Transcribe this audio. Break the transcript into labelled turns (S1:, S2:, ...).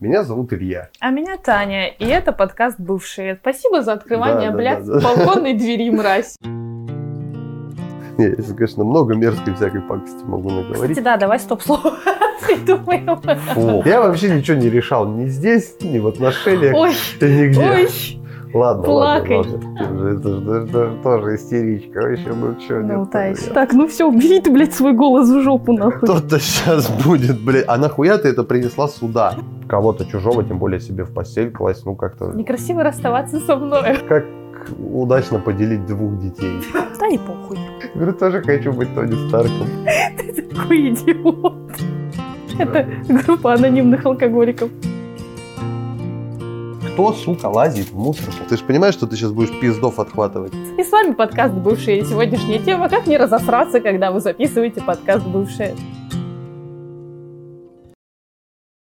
S1: Меня зовут Илья.
S2: А меня Таня, и это подкаст «Бывшие». Спасибо за открывание,
S1: Да, да,
S2: блядь,
S1: да, да.
S2: балконной двери, мразь.
S1: Не, я сейчас, конечно, много мерзкой всякой пакости могу наговорить.
S2: Кстати, да, давай стоп-слово придумаем.
S1: Фу. Я вообще ничего не решал ни здесь, ни в отношениях,
S2: Ой,
S1: и нигде.
S2: ой.
S1: Ладно,
S2: плакай.
S1: ладно, ладно. Ты же- Это же это же- это же тоже истеричка. Вообще, ну что,
S2: Болтайся. Так, ну все, убери ты, блядь, свой голос в жопу, нахуй.
S1: Кто-то сейчас будет, блядь. А нахуя ты это принесла сюда? Кого-то чужого, тем более себе в постель класть, ну как-то...
S2: Некрасиво расставаться со мной.
S1: Как удачно поделить двух детей.
S2: Да и похуй.
S1: Я говорю, тоже хочу быть Тони Старком.
S2: Ты такой идиот. Это группа анонимных алкоголиков.
S1: Кто, сука, лазит в мусорку? Ты же понимаешь, что ты сейчас будешь пиздов отхватывать?
S2: И с вами подкаст «Бывшие». Сегодняшняя тема «Как не разосраться, когда вы записываете подкаст «Бывшие».